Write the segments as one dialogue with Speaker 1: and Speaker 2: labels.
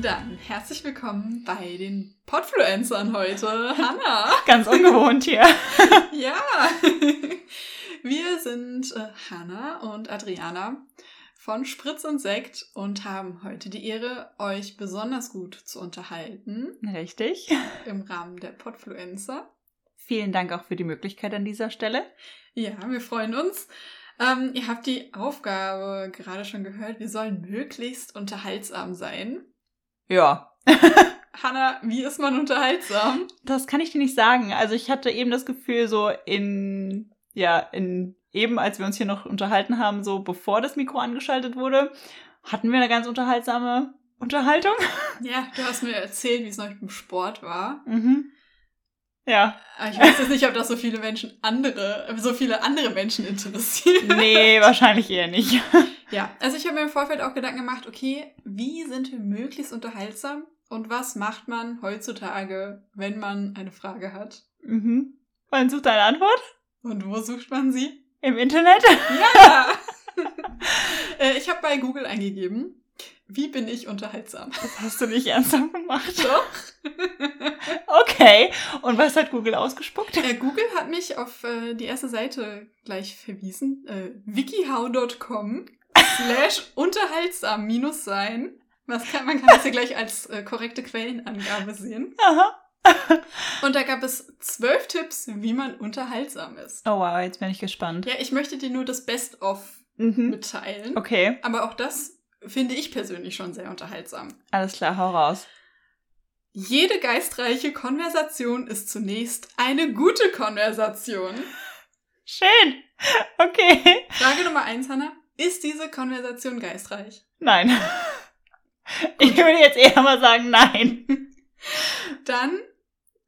Speaker 1: Dann herzlich willkommen bei den Podfluencern heute. Hanna!
Speaker 2: Ganz ungewohnt hier.
Speaker 1: Ja! Wir sind äh, Hanna und Adriana von Spritz und Sekt und haben heute die Ehre, euch besonders gut zu unterhalten
Speaker 2: Richtig.
Speaker 1: im Rahmen der Podfluencer.
Speaker 2: Vielen Dank auch für die Möglichkeit an dieser Stelle.
Speaker 1: Ja, wir freuen uns. Ähm, ihr habt die Aufgabe gerade schon gehört, wir sollen möglichst unterhaltsam sein.
Speaker 2: Ja.
Speaker 1: Hanna, wie ist man unterhaltsam?
Speaker 2: Das kann ich dir nicht sagen. Also ich hatte eben das Gefühl, so in, ja, in eben, als wir uns hier noch unterhalten haben, so bevor das Mikro angeschaltet wurde, hatten wir eine ganz unterhaltsame Unterhaltung.
Speaker 1: Ja, du hast mir erzählt, wie es neulich beim Sport war.
Speaker 2: Mhm. Ja.
Speaker 1: Aber Ah, Ich weiß jetzt nicht, ob das so viele Menschen andere, so viele andere Menschen interessiert.
Speaker 2: Nee, wahrscheinlich eher nicht.
Speaker 1: Ja, also ich habe mir im Vorfeld auch Gedanken gemacht, okay, wie sind wir möglichst unterhaltsam und was macht man heutzutage, wenn man eine Frage hat?
Speaker 2: Mhm. Wann sucht deine Antwort?
Speaker 1: Und wo sucht man sie?
Speaker 2: Im Internet?
Speaker 1: Ja! Äh, ich habe bei Google eingegeben, wie bin ich unterhaltsam?
Speaker 2: Das hast du nicht ernsthaft gemacht.
Speaker 1: Doch.
Speaker 2: Okay. Und was hat Google ausgespuckt?
Speaker 1: Äh, Google hat mich auf äh, die erste Seite gleich verwiesen. Äh, wikihow.com slash unterhaltsam minus sein. Was kann, man kann das hier gleich als äh, korrekte Quellenangabe sehen.
Speaker 2: Aha.
Speaker 1: Und da gab es zwölf Tipps, wie man unterhaltsam ist.
Speaker 2: Oh wow, jetzt bin ich gespannt.
Speaker 1: Ja, ich möchte dir nur das Best-of
Speaker 2: Mhm.
Speaker 1: mitteilen.
Speaker 2: Okay,
Speaker 1: Aber auch das finde ich persönlich schon sehr unterhaltsam.
Speaker 2: alles klar, hau raus.
Speaker 1: Jede geistreiche Konversation ist zunächst eine gute Konversation.
Speaker 2: Schön. Okay.
Speaker 1: Frage Nummer eins, Hanna. Ist diese Konversation geistreich?
Speaker 2: Nein. Ich würde jetzt eher mal sagen, nein.
Speaker 1: Dann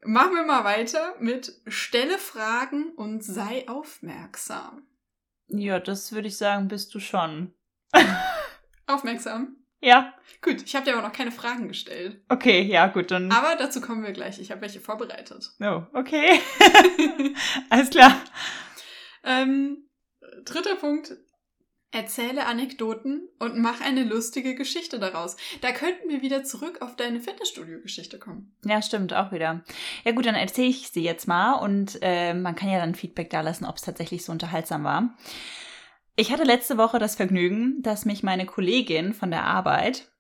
Speaker 1: machen wir mal weiter mit Stelle Fragen und sei aufmerksam.
Speaker 2: Ja, das würde ich sagen, bist du schon.
Speaker 1: Aufmerksam?
Speaker 2: Ja.
Speaker 1: Gut, ich habe dir aber noch keine Fragen gestellt.
Speaker 2: Okay, ja, gut, dann.
Speaker 1: Aber dazu kommen wir gleich. Ich habe welche vorbereitet.
Speaker 2: No, okay. alles klar.
Speaker 1: Ähm, dritter Punkt. Erzähle Anekdoten und mach eine lustige Geschichte daraus. Da könnten wir wieder zurück auf deine Fitnessstudio-Geschichte kommen.
Speaker 2: Ja, stimmt, auch wieder. Ja gut, dann erzähle ich sie jetzt mal und äh, man kann ja dann Feedback da lassen, ob es tatsächlich so unterhaltsam war. Ich hatte letzte Woche das Vergnügen, dass mich meine Kollegin von der Arbeit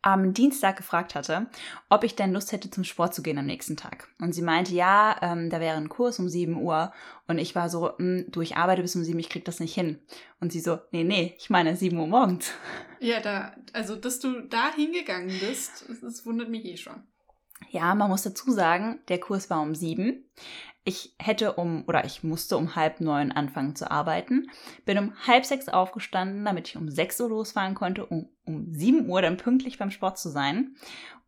Speaker 2: am Dienstag gefragt hatte, ob ich denn Lust hätte, zum Sport zu gehen am nächsten Tag. Und sie meinte, ja, ähm, da wäre ein Kurs um 7 Uhr. Und ich war so, "Hm, du, ich arbeite bis um 7, ich krieg das nicht hin. Und sie so, nee, nee, ich meine 7 Uhr morgens.
Speaker 1: Ja, da, also, dass du da hingegangen bist, das, das wundert mich eh schon.
Speaker 2: Ja, man muss dazu sagen, der Kurs war um sieben. Ich hätte um oder ich musste um halb neun anfangen zu arbeiten, bin um halb sechs aufgestanden, damit ich um sechs Uhr losfahren konnte, um um sieben Uhr dann pünktlich beim Sport zu sein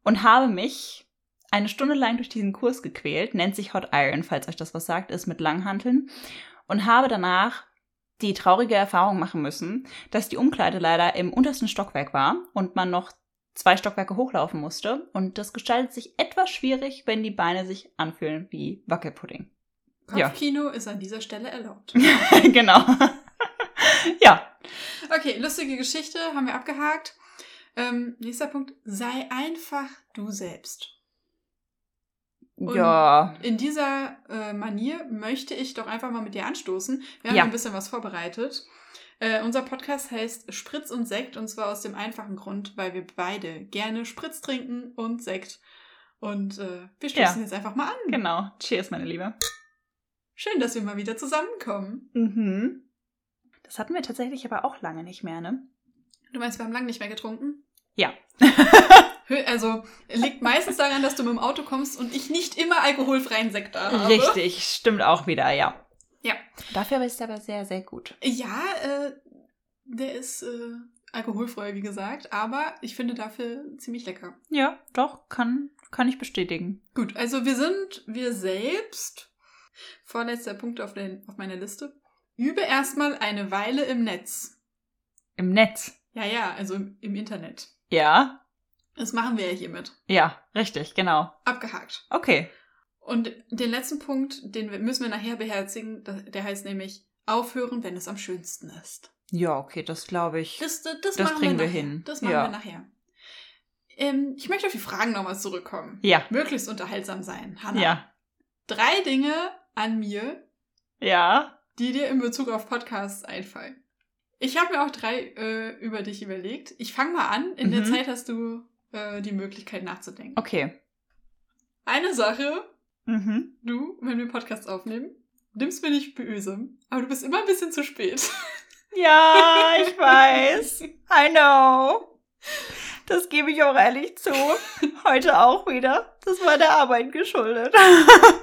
Speaker 2: und habe mich eine Stunde lang durch diesen Kurs gequält, nennt sich Hot Iron, falls euch das was sagt, ist mit Langhanteln und habe danach die traurige Erfahrung machen müssen, dass die Umkleide leider im untersten Stockwerk war und man noch zwei Stockwerke hochlaufen musste. Und das gestaltet sich etwas schwierig, wenn die Beine sich anfühlen wie Wackelpudding. Ja.
Speaker 1: Kopfkino ist an dieser Stelle erlaubt.
Speaker 2: genau. ja.
Speaker 1: Okay, lustige Geschichte, haben wir abgehakt. Ähm, nächster Punkt, sei einfach du selbst. Und-
Speaker 2: ja.
Speaker 1: In dieser äh, Manier möchte ich doch einfach mal mit dir anstoßen. Wir haben
Speaker 2: Ja.
Speaker 1: ein bisschen was vorbereitet. Äh, unser Podcast heißt Spritz und Sekt und zwar aus dem einfachen Grund, weil wir beide gerne Spritz trinken und Sekt. Und äh, wir stoßen
Speaker 2: Ja.
Speaker 1: jetzt einfach mal an.
Speaker 2: Genau. Cheers, meine Liebe.
Speaker 1: Schön, dass wir mal wieder zusammenkommen.
Speaker 2: Mhm. Das hatten wir tatsächlich aber auch lange nicht mehr, ne?
Speaker 1: Du meinst, wir haben lange nicht mehr getrunken?
Speaker 2: Ja.
Speaker 1: Hö- Also liegt meistens daran, dass du mit dem Auto kommst und ich nicht immer alkoholfreien Sekt da habe.
Speaker 2: Richtig, stimmt auch wieder, ja.
Speaker 1: Ja.
Speaker 2: Dafür ist es aber sehr, sehr gut.
Speaker 1: Ja, äh, der ist äh, alkoholfrei, wie gesagt, aber ich finde dafür ziemlich lecker.
Speaker 2: Ja, doch, kann, kann ich bestätigen.
Speaker 1: Gut, also wir sind wir selbst. Vorletzter Punkt auf, den, auf meiner Liste. Übe erstmal eine Weile im Netz.
Speaker 2: Im Netz.
Speaker 1: Ja, ja, also im, im Internet.
Speaker 2: Ja,
Speaker 1: Das machen wir ja hiermit.
Speaker 2: ja, richtig, genau.
Speaker 1: Abgehakt.
Speaker 2: Okay.
Speaker 1: Und den letzten Punkt, den wir- müssen wir nachher beherzigen, da- der heißt nämlich aufhören, wenn es am schönsten ist.
Speaker 2: Ja, okay, das glaube ich.
Speaker 1: Das, das, das,
Speaker 2: Das
Speaker 1: machen
Speaker 2: kriegen
Speaker 1: wir
Speaker 2: wir
Speaker 1: nachher.
Speaker 2: hin.
Speaker 1: Das machen
Speaker 2: Ja.
Speaker 1: wir nachher. Ähm, ich möchte auf die Fragen nochmal zurückkommen.
Speaker 2: Ja,
Speaker 1: Möglichst unterhaltsam sein. Hanna,
Speaker 2: ja,
Speaker 1: drei Dinge an mir,
Speaker 2: ja.
Speaker 1: die dir in Bezug auf Podcasts einfallen. Ich habe mir auch drei äh, über dich überlegt. Ich fange mal an. In der
Speaker 2: Mhm.
Speaker 1: Zeit hast du äh, die Möglichkeit nachzudenken.
Speaker 2: Okay.
Speaker 1: Eine Sache,
Speaker 2: Mhm.
Speaker 1: du, wenn wir Podcasts aufnehmen, nimmst mir nicht böse, aber du bist immer ein bisschen zu spät.
Speaker 2: Ja, ich weiß. I know. Das gebe ich auch ehrlich zu. Heute auch wieder. Das war der Arbeit geschuldet.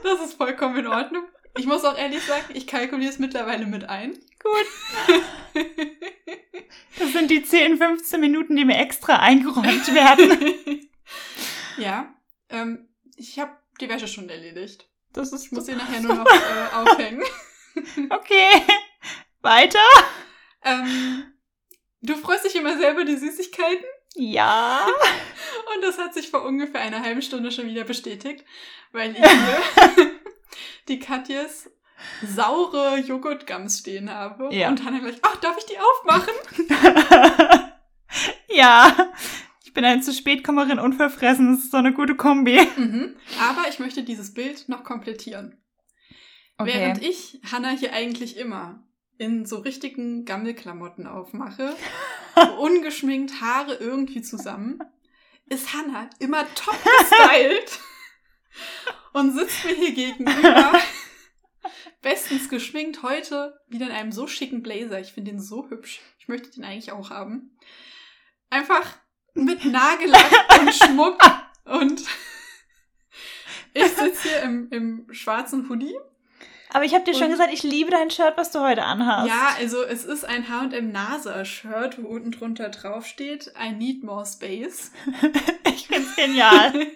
Speaker 1: Das ist vollkommen in Ordnung. Ich muss auch ehrlich sagen, ich kalkuliere es mittlerweile mit ein.
Speaker 2: Gut. Das sind die 10, 15 Minuten, die mir extra eingeräumt werden.
Speaker 1: ja, ähm, ich habe die Wäsche schon erledigt.
Speaker 2: Das ist
Speaker 1: Ich muss sie nachher nur noch äh, aufhängen.
Speaker 2: Okay. Weiter?
Speaker 1: Ähm, du freust dich immer selber die Süßigkeiten
Speaker 2: Ja.
Speaker 1: und das hat sich vor ungefähr einer halben Stunde schon wieder bestätigt, weil ich hier die Katjes saure Joghurtgums stehen habe
Speaker 2: Ja.
Speaker 1: und Hannah gleich, ach, darf ich die aufmachen?
Speaker 2: ja. Ich bin eine zu spätkommerin und verfressen. Das ist so eine gute Kombi.
Speaker 1: Mhm. Aber ich möchte dieses Bild noch komplettieren. Während ich Hannah hier eigentlich immer in so richtigen Gammelklamotten aufmache, ungeschminkt, Haare irgendwie zusammen, ist Hannah immer top gestylt und sitzt mir hier gegenüber. Bestens geschminkt heute wieder in einem so schicken Blazer. Ich finde den so hübsch. Ich möchte den eigentlich auch haben. Einfach mit Nagellack und Schmuck und ich sitze hier im, im schwarzen Hoodie
Speaker 2: Aber ich habe dir
Speaker 1: Und-
Speaker 2: schon gesagt, ich liebe dein Shirt, was du heute anhast.
Speaker 1: Ja, also es ist ein H&M NASA-Shirt, wo unten drunter drauf steht, I need more space.
Speaker 2: Ich find's genial.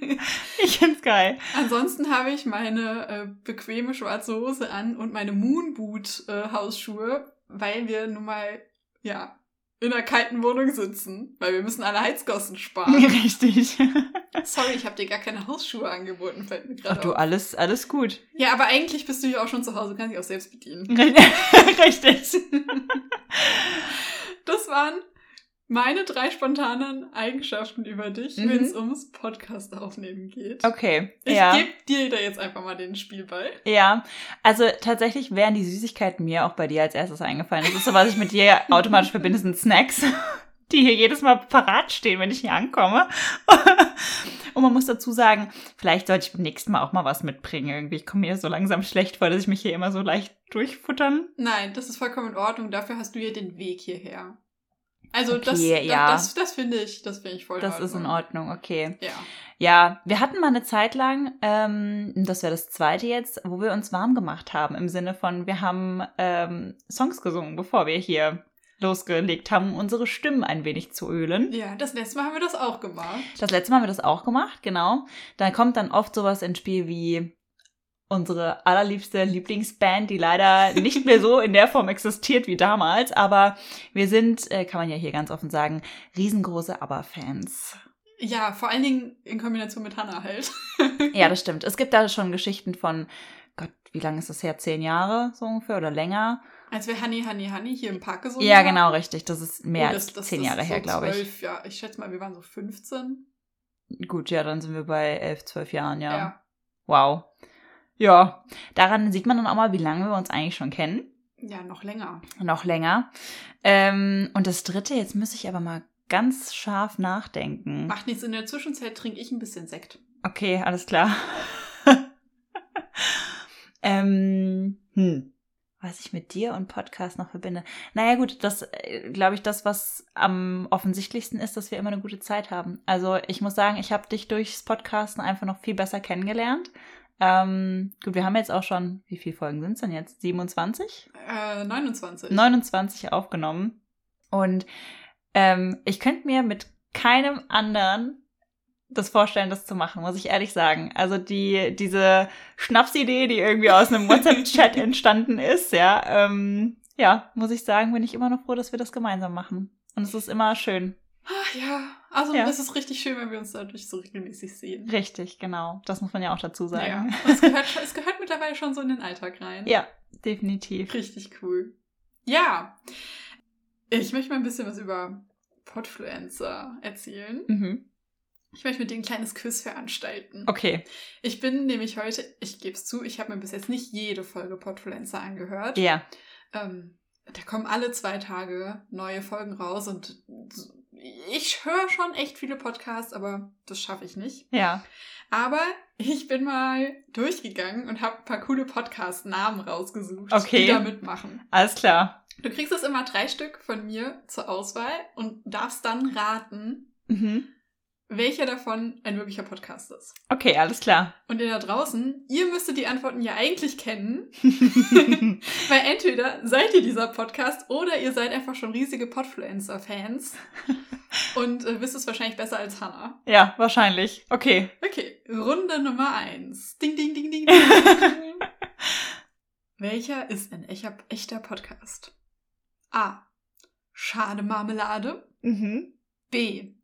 Speaker 2: Ich find's geil.
Speaker 1: Ansonsten habe ich meine äh, bequeme schwarze Hose an und meine Moonboot-Hausschuhe, weil wir nun mal, ja, in einer kalten Wohnung sitzen, weil wir müssen alle Heizkosten sparen.
Speaker 2: Richtig.
Speaker 1: Sorry, ich habe dir gar keine Hausschuhe angeboten, fällt mir
Speaker 2: Ach du,
Speaker 1: gerade auf.
Speaker 2: alles, alles gut.
Speaker 1: Ja, aber eigentlich bist du ja auch schon zu Hause, kannst dich auch selbst
Speaker 2: Mhm.
Speaker 1: bedienen.
Speaker 2: Richtig.
Speaker 1: Das waren meine drei spontanen Eigenschaften über dich,
Speaker 2: Mhm.
Speaker 1: wenn es ums Podcast aufnehmen geht.
Speaker 2: Okay.
Speaker 1: Ich
Speaker 2: ja.
Speaker 1: gebe dir da jetzt einfach mal den Spielball.
Speaker 2: Ja, also tatsächlich wären die Süßigkeiten mir auch bei dir als erstes eingefallen. Das ist so, was ich mit dir automatisch verbinde, sind Snacks, die hier jedes Mal parat stehen, wenn ich hier ankomme. Und man muss dazu sagen, vielleicht sollte ich beim nächsten Mal auch mal was mitbringen. Irgendwie, ich komme mir so langsam schlecht vor, dass ich mich hier immer so leicht durchfuttern.
Speaker 1: Nein, das ist vollkommen in Ordnung. Dafür hast du ja den Weg hierher. Also das,
Speaker 2: Okay,
Speaker 1: das,
Speaker 2: ja.
Speaker 1: das, das finde ich, das finde ich voll in
Speaker 2: Das
Speaker 1: Ordnung.
Speaker 2: ist in Ordnung, okay.
Speaker 1: Ja.
Speaker 2: Ja, wir hatten mal eine Zeit lang, ähm, das wäre das zweite jetzt, wo wir uns warm gemacht haben, im Sinne von, wir haben ähm, Songs gesungen, bevor wir hier losgelegt haben, um unsere Stimmen ein wenig zu ölen.
Speaker 1: ja, das letzte Mal haben wir das auch gemacht.
Speaker 2: Das letzte Mal haben wir das auch gemacht, genau. Da kommt dann oft sowas ins Spiel wie unsere allerliebste Lieblingsband, die leider nicht mehr so in der Form existiert wie damals, aber wir sind, äh, kann man ja hier ganz offen sagen, riesengroße ABBA-Fans.
Speaker 1: Ja, vor allen Dingen in Kombination mit Hannah halt.
Speaker 2: Ja, das stimmt. Es gibt da schon Geschichten von, Gott, wie lange ist das her? Zehn Jahre so ungefähr oder länger?
Speaker 1: Als wir Honey, Honey, Honey hier im Park gesungen
Speaker 2: ja,
Speaker 1: haben.
Speaker 2: genau, richtig. Das ist mehr
Speaker 1: Oh,
Speaker 2: als zehn Jahre
Speaker 1: ist
Speaker 2: her,
Speaker 1: so
Speaker 2: glaube ich.
Speaker 1: 12, Ja, ich schätze mal, wir waren so 15.
Speaker 2: Gut, ja, dann sind wir bei elf, zwölf Jahren, ja.
Speaker 1: ja.
Speaker 2: Wow. Ja, daran sieht man dann auch mal, wie lange wir uns eigentlich schon kennen.
Speaker 1: Ja, noch länger.
Speaker 2: Noch länger. Ähm, und das dritte, jetzt muss ich aber mal ganz scharf nachdenken.
Speaker 1: Macht nichts, in der Zwischenzeit trinke ich ein bisschen Sekt.
Speaker 2: Okay, alles klar. ähm, Hm. Was ich mit dir und Podcast noch verbinde. Naja, gut, das glaube ich, das, was am offensichtlichsten ist, dass wir immer eine gute Zeit haben. Also ich muss sagen, ich habe dich durchs Podcasten einfach noch viel besser kennengelernt. Ähm, gut, wir haben jetzt auch schon, wie viele Folgen sind es denn jetzt? 27?
Speaker 1: Äh, 29.
Speaker 2: 29 aufgenommen. Und ähm, ich könnte mir mit keinem anderen das vorstellen, das zu machen, muss ich ehrlich sagen. Also die, diese Schnapsidee, die irgendwie aus einem WhatsApp-Chat entstanden ist, ja, ähm, ja, muss ich sagen, bin ich immer noch froh, dass wir das gemeinsam machen. Und es ist immer schön.
Speaker 1: Ach ja, also
Speaker 2: Ja.
Speaker 1: es ist richtig schön, wenn wir uns dadurch so regelmäßig sehen.
Speaker 2: Richtig, genau. Das muss man ja auch dazu
Speaker 1: Naja,
Speaker 2: sagen.
Speaker 1: es gehört, es gehört mittlerweile schon so in den Alltag rein.
Speaker 2: Ja, definitiv.
Speaker 1: Richtig cool. Ja, ich möchte mal ein bisschen was über Podfluencer erzählen.
Speaker 2: Mhm.
Speaker 1: Ich möchte mit dir ein kleines Quiz veranstalten.
Speaker 2: Okay.
Speaker 1: Ich bin nämlich heute, ich gebe es zu, ich habe mir bis jetzt nicht jede Folge Podfluencer angehört.
Speaker 2: Ja.
Speaker 1: Ähm, da kommen alle zwei Tage neue Folgen raus und ich höre schon echt viele Podcasts, aber das schaffe ich nicht.
Speaker 2: Ja.
Speaker 1: Aber ich bin mal durchgegangen und habe ein paar coole Podcast-Namen rausgesucht,
Speaker 2: Okay.
Speaker 1: die da mitmachen.
Speaker 2: Alles klar.
Speaker 1: Du kriegst es immer drei Stück von mir zur Auswahl und darfst dann raten,
Speaker 2: Mhm.
Speaker 1: welcher davon ein wirklicher Podcast ist.
Speaker 2: Okay, alles klar.
Speaker 1: Und ihr da draußen, ihr müsstet die Antworten ja eigentlich kennen, weil entweder seid ihr dieser Podcast oder ihr seid einfach schon riesige Podfluencer-Fans und äh, wisst es wahrscheinlich besser als Hannah.
Speaker 2: ja, wahrscheinlich. Okay.
Speaker 1: Okay, Runde Nummer eins. Ding, ding, ding, ding, ding. Welcher ist ein echter, echter Podcast? A. Schade Marmelade.
Speaker 2: Mhm.
Speaker 1: B.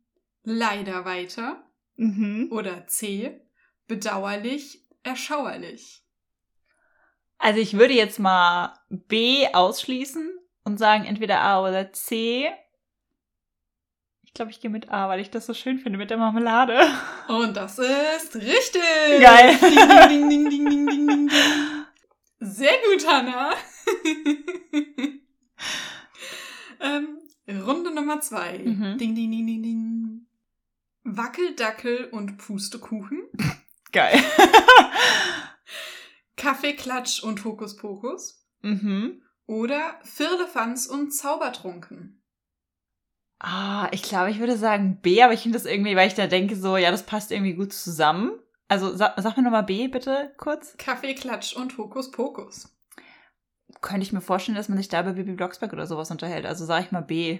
Speaker 1: Leider weiter.
Speaker 2: Mhm.
Speaker 1: Oder C. Bedauerlich, erschauerlich.
Speaker 2: Also ich würde jetzt mal B ausschließen und sagen entweder A oder C. Ich glaube, ich gehe mit A, weil ich das so schön finde mit der Marmelade.
Speaker 1: Und das ist richtig!
Speaker 2: Geil.
Speaker 1: Ding, ding, ding, ding, ding, ding, ding, ding. Sehr gut, Hanna! ähm, Runde Nummer zwei.
Speaker 2: Mhm.
Speaker 1: Ding, ding, ding, ding, ding. Wackeldackel und Pustekuchen.
Speaker 2: Geil.
Speaker 1: Kaffeeklatsch und Hokuspokus.
Speaker 2: mhm.
Speaker 1: Oder Firlefanz und Zaubertrunken.
Speaker 2: Ah, ich glaube, ich würde sagen B, aber ich finde das irgendwie, weil ich da denke so, ja, das passt irgendwie gut zusammen. Also sa sag mir nochmal B bitte kurz.
Speaker 1: Kaffeeklatsch und Hokuspokus.
Speaker 2: Könnte ich mir vorstellen, dass man sich da bei Bibi Blocksberg oder sowas unterhält. Also sage ich mal B.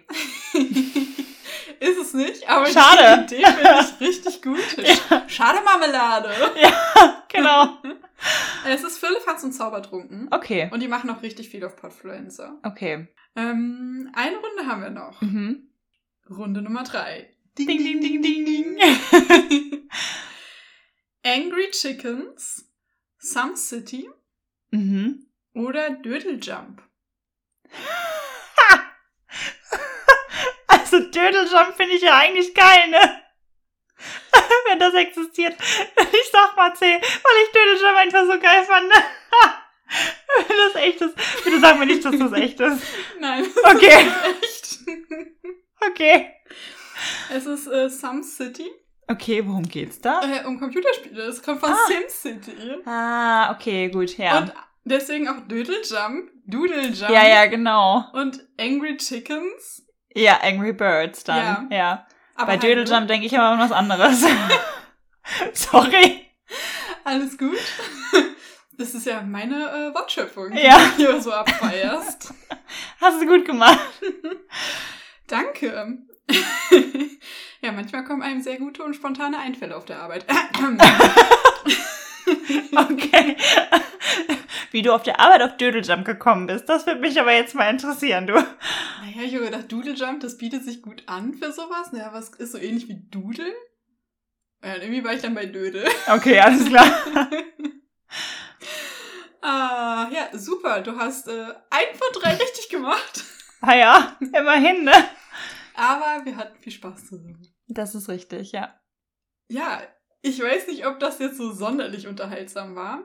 Speaker 1: Ist es nicht, aber
Speaker 2: Schade.
Speaker 1: die Idee finde ich richtig gut. Schade Marmelade.
Speaker 2: Genau.
Speaker 1: Äh, Es ist Firlefanz und Zaubertrunken.
Speaker 2: Okay.
Speaker 1: Und die machen auch richtig viel auf Podfluencer.
Speaker 2: Okay.
Speaker 1: Ähm, eine Runde haben wir noch.
Speaker 2: Mhm.
Speaker 1: Runde Nummer drei.
Speaker 2: Ding, ding, ding, ding, ding.
Speaker 1: Angry Chickens, Some City
Speaker 2: Mhm.
Speaker 1: oder Dödel Jump.
Speaker 2: Also Dödeljump finde ich ja eigentlich geil, ne? Wenn das existiert. Ich sag mal C, weil ich Dödeljump einfach so geil fand. Wenn das echt ist. Bitte sag mir nicht, dass das echt ist.
Speaker 1: Nein,
Speaker 2: Okay,
Speaker 1: echt.
Speaker 2: okay.
Speaker 1: Es ist äh, Some City
Speaker 2: Okay, worum geht's da?
Speaker 1: äh, um Computerspiele. Es kommt von
Speaker 2: Ah.
Speaker 1: SimCity.
Speaker 2: Ah, okay, gut, ja.
Speaker 1: Und deswegen auch Dödel Jump, Doodle Jump
Speaker 2: ja, ja, genau.
Speaker 1: und Angry Chickens.
Speaker 2: Ja, Angry Birds dann. Ja.
Speaker 1: Aber
Speaker 2: Bei
Speaker 1: halt
Speaker 2: Dödeljump denke ich immer an was anderes. Sorry.
Speaker 1: Alles gut. Das ist ja meine äh, Wortschöpfung, die
Speaker 2: Ja.
Speaker 1: du hier so abfeierst.
Speaker 2: Hast du gut gemacht.
Speaker 1: Danke. ja, manchmal kommen einem sehr gute und spontane Einfälle auf der Arbeit.
Speaker 2: Okay. Wie du auf der Arbeit auf Dödeljump gekommen bist, das würde mich aber jetzt mal interessieren, du.
Speaker 1: naja, ich habe gedacht, Doodle Jump, das bietet sich gut an für sowas. Naja, was ist so ähnlich wie Doodle? Ja, und irgendwie war ich dann bei Dödel.
Speaker 2: Okay, alles klar.
Speaker 1: Ah, ja, super. Du hast äh, ein von drei richtig gemacht.
Speaker 2: Ah ja, immerhin, ne?
Speaker 1: Aber wir hatten viel Spaß zusammen.
Speaker 2: Das ist richtig, ja.
Speaker 1: Ja, ich weiß nicht, ob das jetzt so sonderlich unterhaltsam war,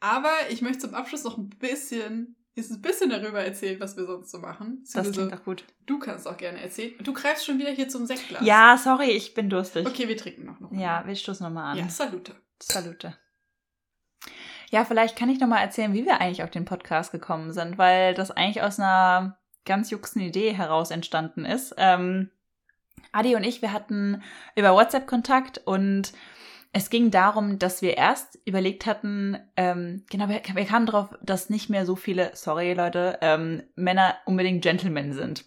Speaker 1: aber ich möchte zum Abschluss noch ein bisschen, jetzt ein bisschen darüber erzählen, was wir sonst Also so machen.
Speaker 2: Das
Speaker 1: Beziehungsweise,
Speaker 2: klingt doch gut.
Speaker 1: du kannst auch gerne erzählen. Du greifst schon wieder hier zum Sektglas.
Speaker 2: Ja, sorry, ich bin durstig.
Speaker 1: Okay, wir trinken noch. noch
Speaker 2: Ja, wir stoßen nochmal an.
Speaker 1: Ja, Salute.
Speaker 2: Salute. Ja, vielleicht kann ich noch mal erzählen, wie wir eigentlich auf den Podcast gekommen sind, weil das eigentlich aus einer ganz juxen Idee heraus entstanden ist. Ähm, Adi und ich, wir hatten über WhatsApp Kontakt und es ging darum, dass wir erst überlegt hatten, ähm, genau, wir, wir kamen drauf, dass nicht mehr so viele, sorry Leute, ähm, Männer unbedingt Gentlemen sind.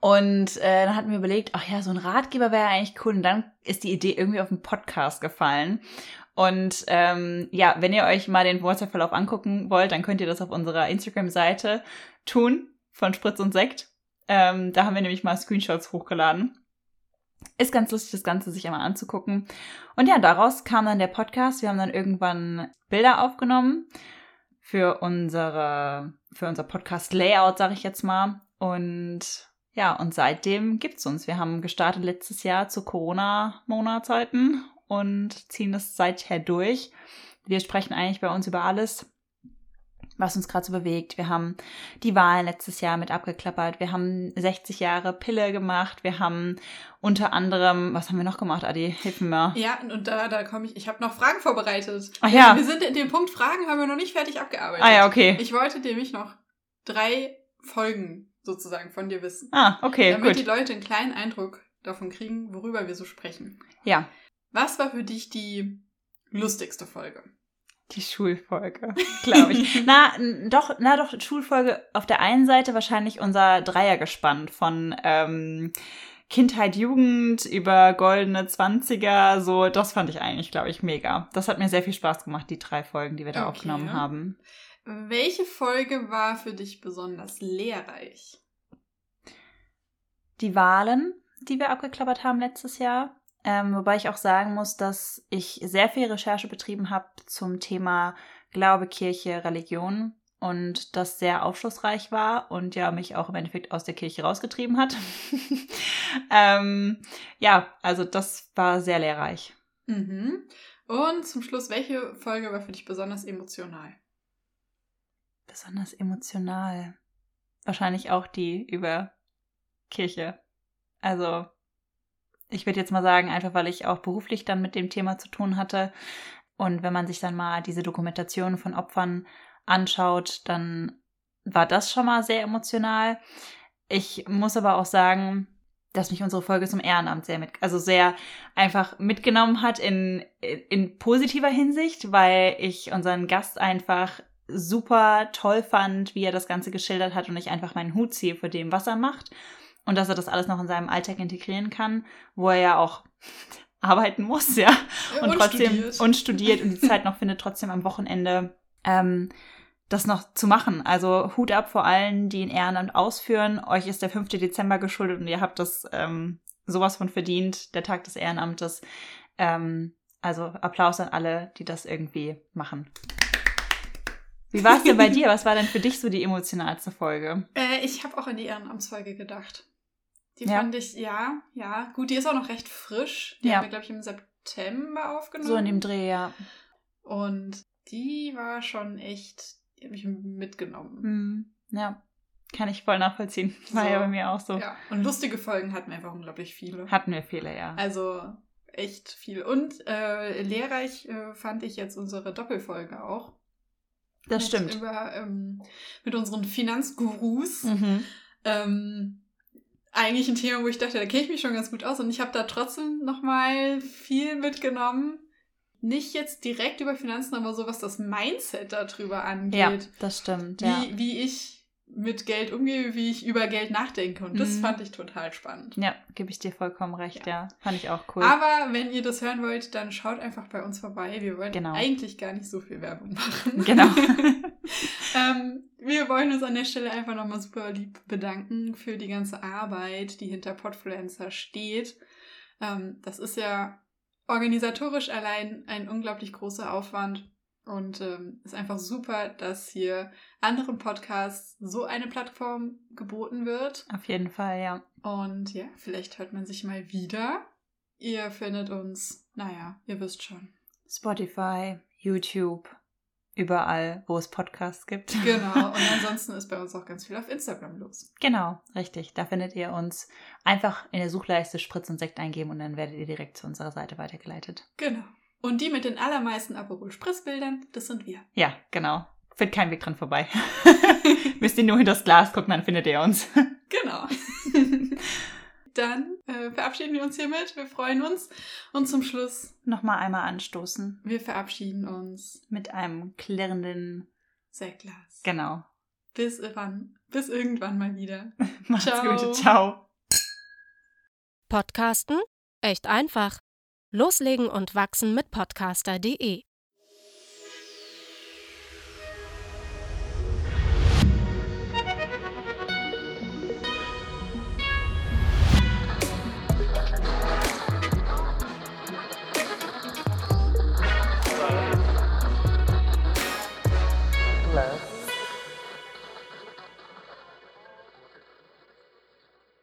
Speaker 2: Und äh, dann hatten wir überlegt, ach ja, so ein Ratgeber wäre ja eigentlich cool. Und dann ist die Idee irgendwie auf den Podcast gefallen. Und ähm, ja, wenn ihr euch mal den WhatsApp-Verlauf angucken wollt, dann könnt ihr das auf unserer Instagram-Seite tun von Spritz und Sekt. Ähm, da haben wir nämlich mal Screenshots hochgeladen. Ist ganz lustig, das Ganze sich einmal anzugucken. Und ja, daraus kam dann der Podcast. Wir haben dann irgendwann Bilder aufgenommen für unsere, für unser Podcast-Layout, sage ich jetzt mal. Und ja, und seitdem gibt's uns. Wir haben gestartet letztes Jahr zu Corona-Monatszeiten und ziehen das seither durch. Wir sprechen eigentlich bei uns über alles, was uns gerade so bewegt. Wir haben die Wahlen letztes Jahr mit abgeklappert. Wir haben 60 Jahre Pille gemacht. Wir haben unter anderem, was haben wir noch gemacht, Adi? Hilf mir mal.
Speaker 1: Ja, und da, da komme ich, ich habe noch Fragen vorbereitet.
Speaker 2: Ach ja.
Speaker 1: Wir sind in dem Punkt Fragen, haben wir noch nicht fertig abgearbeitet.
Speaker 2: Ah ja, okay.
Speaker 1: Ich wollte nämlich noch drei Folgen sozusagen von dir wissen.
Speaker 2: Ah, okay,
Speaker 1: damit die
Speaker 2: gut.
Speaker 1: Leute einen kleinen Eindruck davon kriegen, worüber wir so sprechen.
Speaker 2: Ja,
Speaker 1: Was war für dich die lustigste Folge?
Speaker 2: die Schulfolge, glaube ich. na, n- doch, na doch, Schulfolge auf der einen Seite wahrscheinlich unser Dreiergespann von ähm, Kindheit, Jugend über goldene Zwanziger, so, das fand ich eigentlich, glaube ich, mega. Das hat mir sehr viel Spaß gemacht, die drei Folgen, die wir da
Speaker 1: Okay.
Speaker 2: aufgenommen haben.
Speaker 1: Welche Folge war für dich besonders lehrreich?
Speaker 2: die Wahlen, die wir abgeklappert haben letztes Jahr. Ähm, wobei ich auch sagen muss, dass ich sehr viel Recherche betrieben habe zum Thema Glaube, Kirche, Religion und das sehr aufschlussreich war und ja mich auch im Endeffekt aus der Kirche rausgetrieben hat. ähm, ja, also das war sehr lehrreich.
Speaker 1: Mhm. Und zum Schluss, welche Folge war für dich besonders emotional?
Speaker 2: Besonders emotional. Wahrscheinlich auch die über Kirche. Also, ich würde jetzt mal sagen, einfach weil ich auch beruflich dann mit dem Thema zu tun hatte. Und wenn man sich dann mal diese Dokumentationen von Opfern anschaut, dann war das schon mal sehr emotional. Ich muss aber auch sagen, dass mich unsere Folge zum Ehrenamt sehr mit, also sehr einfach mitgenommen hat in, in, in positiver Hinsicht, weil ich unseren Gast einfach super toll fand, wie er das Ganze geschildert hat und ich einfach meinen Hut ziehe vor dem, was er macht und dass er das alles noch in seinem Alltag integrieren kann, wo er ja auch arbeiten muss, ja
Speaker 1: Äh,
Speaker 2: und, trotzdem
Speaker 1: studiert.
Speaker 2: und studiert und die Zeit noch findet, trotzdem am Wochenende ähm, das noch zu machen. Also Hut ab vor allen, die ein Ehrenamt ausführen. Euch ist der 5. Dezember geschuldet und ihr habt das ähm, sowas von verdient, der Tag des Ehrenamtes. Ähm, also Applaus an alle, die das irgendwie machen. Wie war es denn bei dir? Was war denn für dich so die emotionalste Folge?
Speaker 1: Äh, ich habe auch an die Ehrenamtsfolge gedacht. Die
Speaker 2: Ja.
Speaker 1: fand ich, ja, ja. Gut, die ist auch noch recht frisch. Die
Speaker 2: Ja.
Speaker 1: haben wir, glaube ich, im September aufgenommen.
Speaker 2: So in dem Dreh, ja.
Speaker 1: Und die war schon echt, die hat mich mitgenommen.
Speaker 2: Hm, ja, kann ich voll nachvollziehen. War ja
Speaker 1: So.
Speaker 2: bei mir auch so.
Speaker 1: Ja. Und lustige Folgen hatten wir einfach unglaublich viele.
Speaker 2: Hatten wir viele, ja.
Speaker 1: Also echt viel. Und äh, lehrreich äh, fand ich jetzt unsere Doppelfolge auch.
Speaker 2: Das
Speaker 1: mit
Speaker 2: stimmt.
Speaker 1: Über, ähm, mit unseren Finanzgurus.
Speaker 2: Mhm.
Speaker 1: Ähm, eigentlich ein Thema, wo ich dachte, da kenne ich mich schon ganz gut aus. Und ich habe da trotzdem nochmal viel mitgenommen. Nicht jetzt direkt über Finanzen, aber so was das Mindset darüber angeht.
Speaker 2: Ja, das stimmt. Ja.
Speaker 1: Wie, wie ich mit Geld umgehe, wie ich über Geld nachdenke. Und das
Speaker 2: Mhm.
Speaker 1: fand ich total spannend.
Speaker 2: Ja, gebe ich dir vollkommen recht, ja. Fand ich auch cool.
Speaker 1: Aber wenn ihr das hören wollt, dann schaut einfach bei uns vorbei. Wir wollen
Speaker 2: Genau.
Speaker 1: eigentlich gar nicht so viel Werbung machen.
Speaker 2: Genau.
Speaker 1: ähm, wir wollen uns an der Stelle einfach nochmal super lieb bedanken für die ganze Arbeit, die hinter Podfluencer steht. Ähm, das ist ja organisatorisch allein ein unglaublich großer Aufwand und ähm, ist einfach super, dass hier anderen Podcasts so eine Plattform geboten wird.
Speaker 2: Auf jeden Fall, ja.
Speaker 1: Und ja, vielleicht hört man sich mal wieder. Ihr findet uns, naja, ihr wisst schon.
Speaker 2: Spotify, YouTube, überall, wo es Podcasts gibt.
Speaker 1: Genau. Und ansonsten ist bei uns auch ganz viel auf Instagram los.
Speaker 2: genau, richtig. Da findet ihr uns einfach in der Suchleiste Spritz und Sekt eingeben und dann werdet ihr direkt zu unserer Seite weitergeleitet.
Speaker 1: Genau. Und die mit den allermeisten Aperol-Spritzbildern, das sind wir.
Speaker 2: Ja, genau. Führt kein Weg dran vorbei. Müsst ihr nur hinter das Glas gucken, dann findet ihr uns.
Speaker 1: Genau. Dann äh, verabschieden wir uns hiermit. Wir freuen uns. Und zum Schluss,
Speaker 2: Nochmal einmal anstoßen
Speaker 1: wir verabschieden uns.
Speaker 2: mit einem klirrenden,
Speaker 1: Sektglas.
Speaker 2: genau.
Speaker 1: Bis irgendwann, bis irgendwann mal wieder.
Speaker 2: Macht's
Speaker 1: Ciao.
Speaker 2: gut, ciao.
Speaker 3: Podcasten? Echt einfach. Loslegen und wachsen mit podcaster.de